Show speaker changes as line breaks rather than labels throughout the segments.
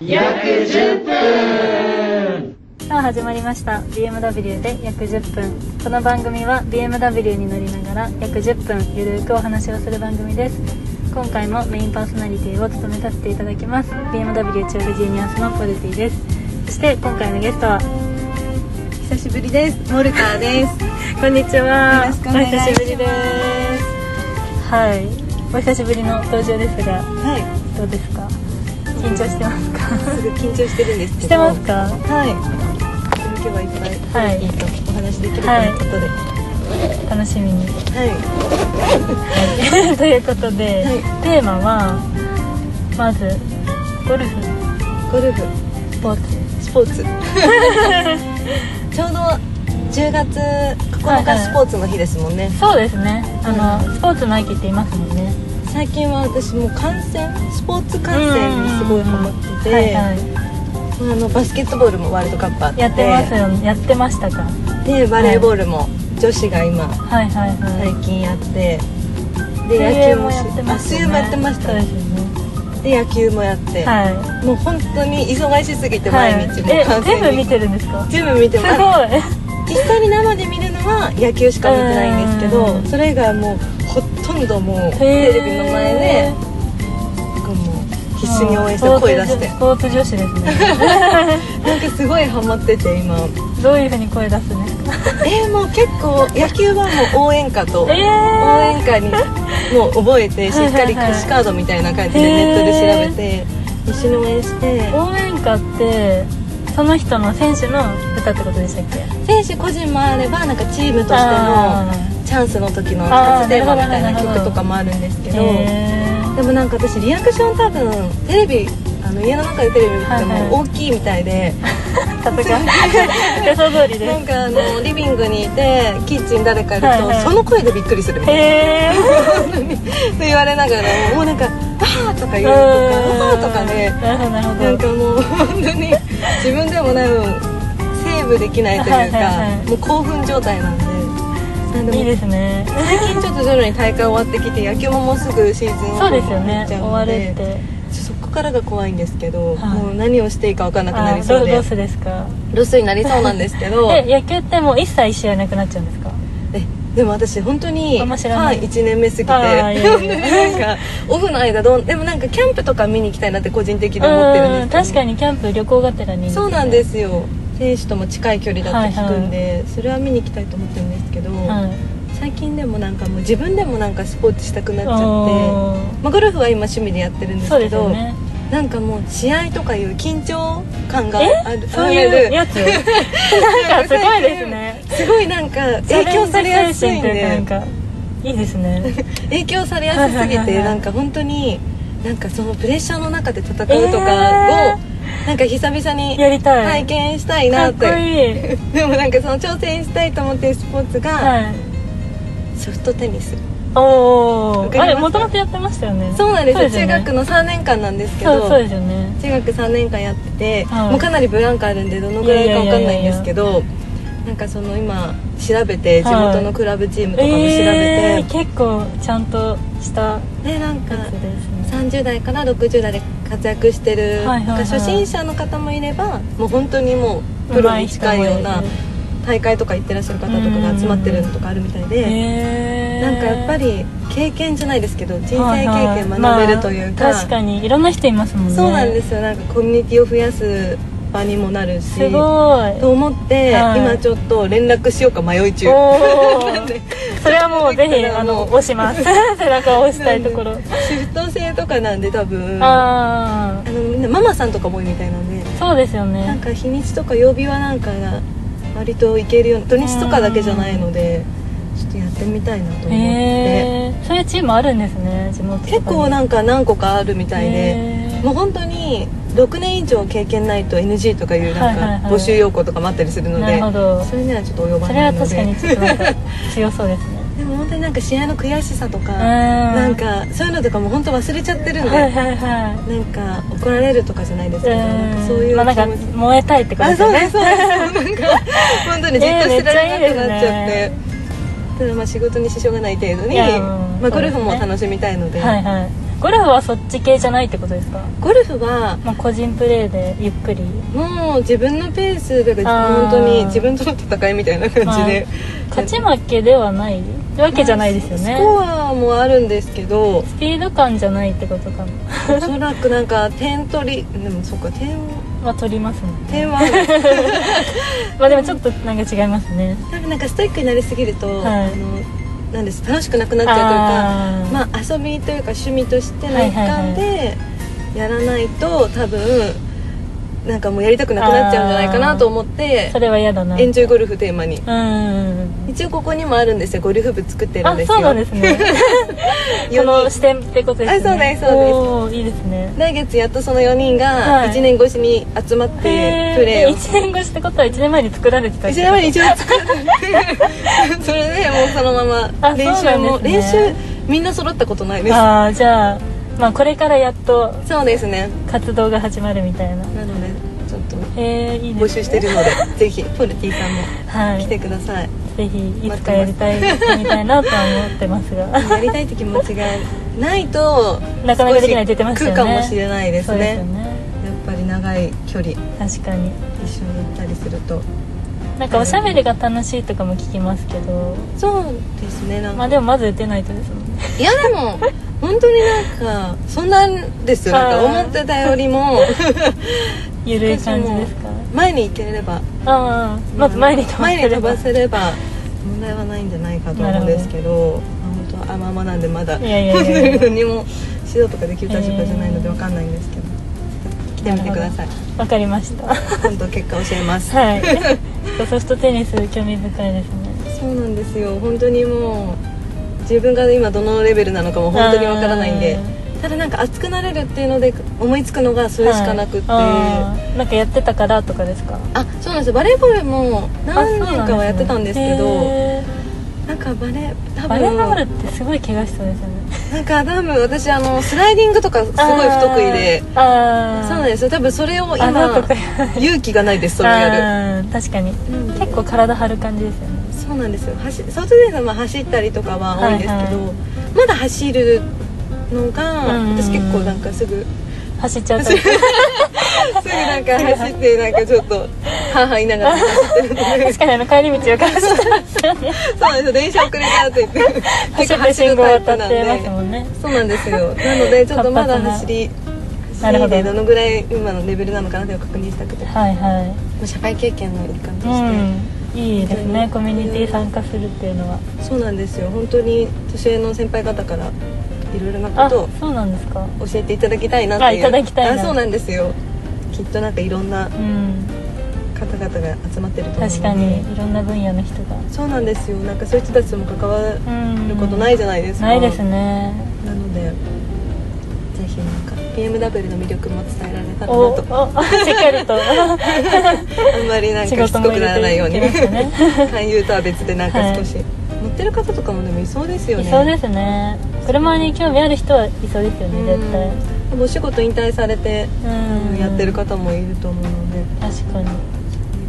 約10分
さあ始まりました BMW で約10分この番組は BMW に乗りながら約10分ゆるくお話をする番組です今回もメインパーソナリティを務めさせていただきます BMW 中部ジーニアスのポルティですそして今回のゲストは
久しぶりです。モルカーです。
こんにちは
よろしくお願いします
お久しぶりですはいお久しぶりの登場ですが
は
どうですか緊張してますか
い。すごい緊張してるんです
し
けど。
てます。か
はい。続けばいっぱい。
はい
いいとお話できるということで。は
楽しみに
い。
ということで、
はい
テーマはまずゴルフ
ゴルフ、
スポーツ
スポーツ。 ちょうど10月
はい
9
はい
日スポーツの日ですもんね。
そうですねあの、スポーツの秋って言いますもんね
最近は私もう観戦、スポーツ観戦にすごいハマってて、
はいは
あのバスケットボールもワールドカップあっ
い、
て、
やってますよねやってましたか
でバレーボールも女子が今
はいはいはい、
最近やって。で
水泳
野
も
球も
やってま
あ
す
水泳もやってました
そうですよね
で野球もやって、
は
もう本当に忙しすぎ
い
て毎日もう
はい、え
完全
全部
に
見てるんですかす
全部見て
ご
ま
い
す実際に生で見るのは野球しか見てないんですけ
う
ど
ん
それ以外はもうほとんどもう
へー
テレビの前でなんかもう必死に応援して声出して
スポーツ女子です ね
なんかすごいハマってて今
どういうふうに声出すんですか
えー、もう結構野球はもう応援歌と応
え
援歌にもう覚えてしっかり歌詞カードみたいな感じでネットで調べて一緒に応援して
応援歌ってその人の選手の歌ってことでしたっけ
選手個人もあればなんかチームとして
あ
のチャンスの時の初テーマみたいな曲とかもあるんですけど
へー
でもなんか私リアクション多分テレビあの家の中でテレビ見て
はい
て
はい
も大きいみたいで、
さす が予想通りで
なんかあのリビングにいてキッチン誰かいると、
はいはい
その声でびっくりするみ
すへ
たいな
え
って言われながらもうなんか「わー」とか言うとか「わー」とかで、
なるほどなるほど
なんかもう本当に自分でも多分セーブできないというか、
はいはいはい
もう興奮状態なんで。あでも
いいですね
最近ちょっと徐々に大会終わってきて野球ももうすぐシーズン
そうですよね
終
終
わ
わ
っ
る
ちゃう
っ
んで
て
そこからが怖いんですけど、
はい
もう何をしていいか分かんなくな
あ
り
ど
そう
う
で
どうすですか
ロスになりそうなんですけどえ
え野球ってもう一切試合なくなっちゃうんですか
でも私本当に
あん
フ
ま知らな
ァ
い
ン1年目過ぎて
あーいやい
なんかオフの間どうでもなんかキャンプとか見に行きたいなって個人的に思ってるんです
う
け
ん
ど
確かにキャンプ旅行がてらに
そうなんですよ選手とも近い距離だって聞くんで、
は
それは見に行きたいと思ってるんですけど、
はい
最近でもなんかもう自分でもなんかスポーツしたくなっちゃっ
お
て。
ー
まあ、ゴルフは今趣味でやってるんです
そう
け
です
ど
よね
なんかもう試合とかいう緊張感がある
そう
あらゆ
いう
る
やつ なんかすごいですね
すごいなんか影響されやすい
チャレンジ精神
んで
というかなんかいいですね
影響されやすすぎ
はいはいはいは
て
い
なんか本当になんかそのプレッシャーの中で戦うとかを、
え
なんか久々に
やりたい
体験したい
か
な
っ
っ
こ
て
いい
でもなんかその挑戦したいと思ってるスポーツが
はい
ソフトテニス、
お
わ
お
かりま
あれ
す
もともとやってましたよね
そうなんですよ
よ
中
ね
学の3年間なんですけど
そうそうですよね
中学3年間やってて、
はい
もうかなりブランクあるんでどのぐらいか分かんないんですけどなんかその今調べて地元のクラブチームとかも調べて、
えー、結構ちゃんとした
でなんか
やつですね
30代から60代で活躍してる、
はいはいはい
なんか初心者の方もいればもう本当にもうプロに近いような
上手い人
大会とか行ってらっしゃる方とかが集まってるのとかあるみたい
もいる
で。
えー、
なんかやっぱり経験じゃないですけど人生
はいはい
経験学べるというか,、
まあ確かにいろんな人いますもんね
そうなんですすよなんかコミュニティを増やす場にもなるし
すごい
と思って、
はい
今ちょっと連絡しようか迷い中
おお
なんで
それはもうぜ
でき
ひ
たら
あの
もう
押します 背中を押したいところ
シフト制とかなんで多分あ
ああ
のみんなママさんとかも多いみたいなんで
そうですよ
な
ね
んか日にちとか曜日はなんか割といけるような土日とかだけじゃないのでちょっとやってみたいなと思って、
へえー、そういうチームあるんですね地元とかに
結構なんか何個かあるみたいで、
へー
もう本当に6年以上経験ないと NG とかいうなん
はいはいは
か
い
募集要項とかもあったりするので、
なるほど
それにはちょっと及ば
それ
な
はい
ので
確かにちょっと なんか強そうですね
でも本当になんか試合の悔しさとか、
うん
な
なん
かそういうのとかも本当忘れちゃってるんで、
はいはいはい
なんか怒られるとかじゃないですけど、なんかそういう
まあなんか
気持ち
燃えたいってこと
あ
です
そう
よ
で
ね
すそうですなんか本当にじっとしてられなくなっちゃっ
えーめっちゃいい
て、ただまあ仕事に支障がない程度に
いやもう
まあ、ゴルフも
そうですね
楽しみたいので、
はいはいゴルフはそっち系じゃないってことですか
ゴルフは
もう個人プレーでゆっくり
もう自分のペースだから
あー
本当に自分との戦いみたいな感じで、
勝ち負けではないわけじゃないですよね
スコアもあるんですけど
スピード感じゃないってことかも
おそらくなんか点取りでもそっか点
は取りますね
点はある
まあでもちょっとなんか違いますね
多分なんかストイックになりすぎると、
はい
あのなんです楽しくなくなっちゃうという
あー
かまあ遊びというか趣味としての一環でやらないと多分なんかもうやりたくなくなっちゃうんじゃないかなと思って
それは嫌だな
エンジョイゴルフテーマに
うんうん
一応ここにもあるんですよゴルフ部作っ
う
て
ん
る
あ
んですよ
そうなんです ね
四
その
人
視点ってことですね
あそうですそうです
おーいいですね
来月やっとその4人
は
が
い
1年越しに集まってプレーを、
1年越しってことは1年前に作られてたっ
1
て
年前に一応作って それでもうそのまま
あ
練
そうな
習
ん
も、
で
練
すね
習みんな揃ったことないです
ああじゃあ,、まあこれからやっと
そうですね
活動が始まるみたいな
なのでちょっと
えー、いいですね
募集してるの でぜひポルティさんも
はい
来てください、
ぜひいつかやりたいみたいなとは思ってますが
やりたいって気持ちがないと
なかなかできないって言ってましたよね
少食うかもしれないです
そうですよ
ね
ね
やっぱり長い距離
確かに
一緒に行ったりすると
なんかおしゃべりが楽しいとかも聞きますけど
そうですねなんか
まあでもまず打てないとですもんね
いやで も本当になんかそんなんですよなんか
はい
思ってたよ りも
ゆるい感じですか
前に行ければ
ああまず前に飛ばせ
前に
れ
飛
ば
ばせれば問題はないんじゃないかと思うんですけどまあ本当は甘々なんでまだ
いやいやいやい や
何も指導とかできる立場じゃないのでわかんないんですけど、来てみてください
わかりました
今度結果教えます
はいちょっとソフトテニス興味深いですね
そうなんですよ本当にもう自分が今どのレベルなのかも本当にわからないんで
あ
ただなんか熱くなれるっていうので思いつくのがそれしかなくって、
はいあーなんかやってたからとかですか
あそうなんですよバレーボールも何年かはやってたんですけ
あそうなんで
ど
すねへ
なんかバレー多
ー
分
バレーボールってすごい怪我しそうですよね
なんか多分私あのスライディングとかすごい不得意で
あ
そ
ー
う
あー
なんですよ多分それを
あなんとか
今勇気がないですそれをやる
あー確かに
なんで
結構体張る感じですよね
そうなんですよ走ソフトデーさんは走ったりとかは多いんですけど、
はいは
まだ走るのが
うん
私結構なんかすぐ
走っちゃうと
すぐなんか走ってなんかちょっと母言いながら走 ってるので
確かにあの帰り道よく走ってますよね
そうなんですよ電車遅れたって言って
走って信号渡ってますもんね
そうなんですよなのでちょっとま
活
だ
発な
走り
なるほ
走り
ど
でどのぐらい今のレベルなのかなっていうのを確認したくても
はいは
う社会経験の一環として、
いうんいいですねコミュニティ参加するっていうのは
そうなんですよ本当に年上の先輩方からいろいろな
あ
ことを
そうなんですか
教えていただきたいなっていう
あいただきたいな
あそうなんですよきっとなんかいろんな
うん
方々が集まってると思うので
確かにいろんな分野の人が
そうなんですよなんかそういう人たちとも関わる
うん
ことないじゃないですか、
ないですね
なのでぜひなんか BMW の魅力も伝えられたらな
おお
と
しっかりと
あんまりなんかしつこくならないように
仕事も入れていきま
勧誘とは別でなんか少し、乗ってる方とかもでもいそうですよね
いそうですね車に興味ある人はいそうですよね絶対
うんお仕事引退されて、
うん
やってる方もいると思うので
確かに
そういっ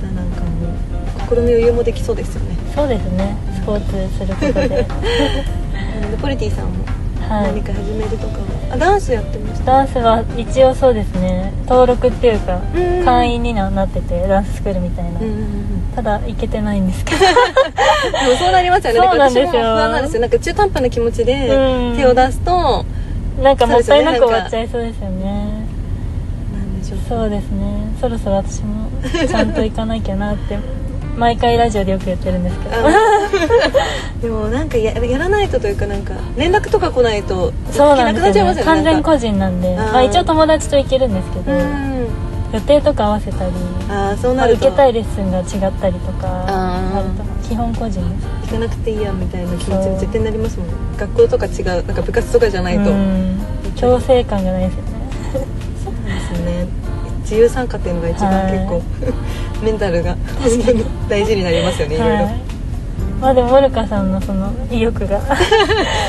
たなんかもう試みを余裕もできそうですよね
そうですねスポーツすることで
なのでポリティさんも
は
何
い
か始めるとかは、あダンスやってました
ダンスは一応そうですね登録っていうか
うん
会員にななっててダンススクールみたいな、
うんうんうん
ただ行けてないんですけど
でもそうなりますよね
そうなんですよ
か私も不安なんですよなんか中途半端な気持ちで
うん
手を出すと、
なんかもったいなく
そうですよね
終わっちゃいそうですよね
なんでしょう
そうですねそろそろ私もちゃんと行かなきゃなって 毎回ラジオでよく言ってるんですけど
でもなんかややらないとというかなんか連絡とか来ないと
そうなん
聞
です
け
よね
なくなっちゃいますよね
完全個人なんで
ん
まあ、一応友達と行けるんですけど、
うん
予定とか合わせたり、
ああそう
ま
な
あ、
る
受
と
けたいレッスンが違ったりと
あー
かあると基本個人です
行かなくていいやみたいな気持ち
そう
に絶対なりますもんね学校とか違うなんか部活とかじゃないと、
うん強制感がないですよね
そうなんですね自由参加っていうのが一番
はい
結構メンタルが大事になりますよね、いろいろ
はいまあでもモルカさんのその意欲が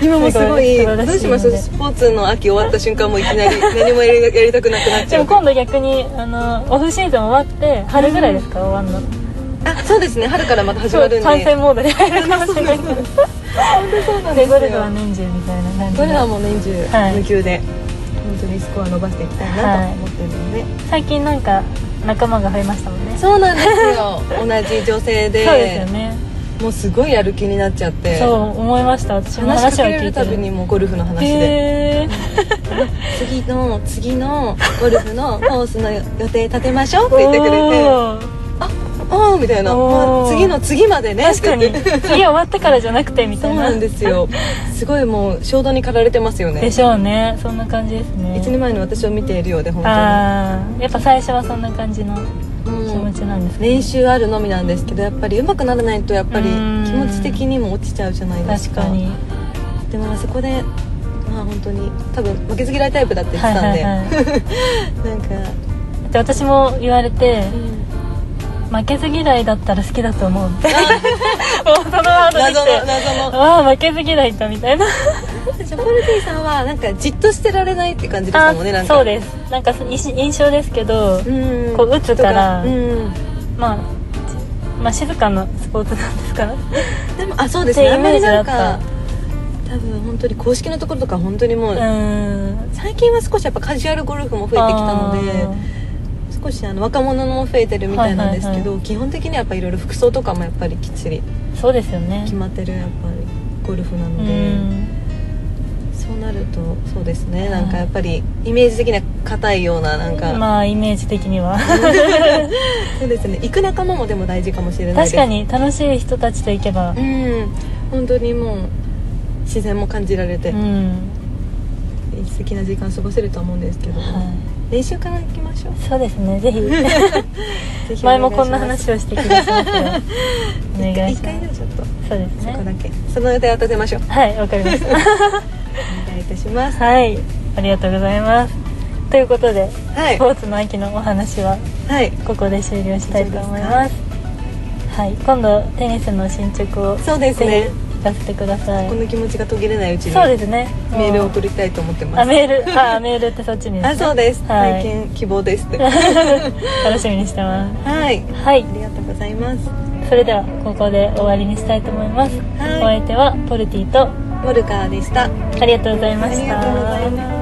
今もすごい
すごい素晴
ど
らしいので
うしましたスポーツの秋終わった瞬間もういき なり何もやりやりたくなくなっち
で
ゃ
も
う
今度逆にあのオフシーズン終わって春ぐらいですか、終わんの
あそうですね春からまた始まるんで
感染モードで入るかもしれないけど
本当そうなんで
ですゴ
よ
ルフは年中みたいな感じ
ゴルフは
で
もう年中
はい
無休で、本当にスコア伸ばしていきたいなと思ってるので、
最近なんか仲間が増えましたもんね
そうなんですよ同じ女性で
そうですよね
もうすごいやる気になっちゃって
そう思いました私も
話し
話
か
を聞いて
けられ
る
るたびにもうゴルフの話で
へえ
次の次のゴルフのコースの予定立てましょうって言ってくれて「ああ」みたいな「
おー
まあ次の次までね」
確かに
って言って
次終わったからじゃなくてみた
そう
いな
なんですよすごいもう衝動に駆られてますよね
でしょうねそんな感じですね
1年前の私を見ているようで本当
ああやっぱ最初はそんな感じの
に
気
も
持
う
ちなんですね、
練習あるのみなんですけどやっぱり上手くならないとやっぱり
うん
気持ち的にも落ちちゃうじゃないです
確
か
かに
でもまあそこでまあ本当に多分負けず嫌いタイプだって言ってたんで、
い
なんか、
で私も言われて
うん
負けず嫌いだったら好きだと思うって もうそのワードで
謎
来
の
て
謎の
ああ負けず嫌いだみたいな
ジャポルティさんはなんかじっとしてられないって感じでした
あ
もんねなんか
そうですなんかいし印象ですけど、
うん
こう打つから
とうん
まあじまあ静かなスポーツなんですから
でもあそうですね
って
あ
イ
ん
メ
ま
ージだ
りな
っ
ん
た
か多分本当に公式のところとか本当にも
う
う、
ん
最近は少しやっぱカジュアルゴルフも増えてきたので少しあの若者も増えてるみたいなんですけ
は
ど、
いはい
基本的にはやっぱいろいろ服装とかもやっぱりきっちり
でそうですよね
決まってるやっぱりゴルフな
う
ので、
ん
そうなるとそうですねなんかやっぱりイメージ的には硬いようななんか、
まあイメージ的には
そうですね行く仲間もでも大事かもしれないで
確
す
かに楽しい人たちと行けば
うん本当にもう自然も感じられて、
うん、
素敵な時間過ごせると思うんですけど、
は
練習から行きましょう
い、そうですねぜひ前
ぜひお願いします
もこんな話をしてきましたがお願
一回
い
一
します
回でちょっと、
そうです
そこ
ね
だけその予定を立てましょう
はいわかりました
お願いいたします
はい、ありがとうございます。ということで、
はい
スポーツの秋のお話は
はい
ここで終了したいと思います。はい、今度テニスの進捗を
そうですね
ぜひ聞かせてください
こ。の気持ちが途切れないうちに
そうですね。
メールを
る。
送りたいと思ってま
あ、
す
メール、あ、メールってそっちに、
あそうです、
はい
体験希望 ですって
楽しみにしてま
はい
す。はい
あ、りがとうございます
それではここで終わりにしたいと思います。
はい
お相手はポルティと
モルカーでした
ありがとうござい
あ
ました。
りがとうございます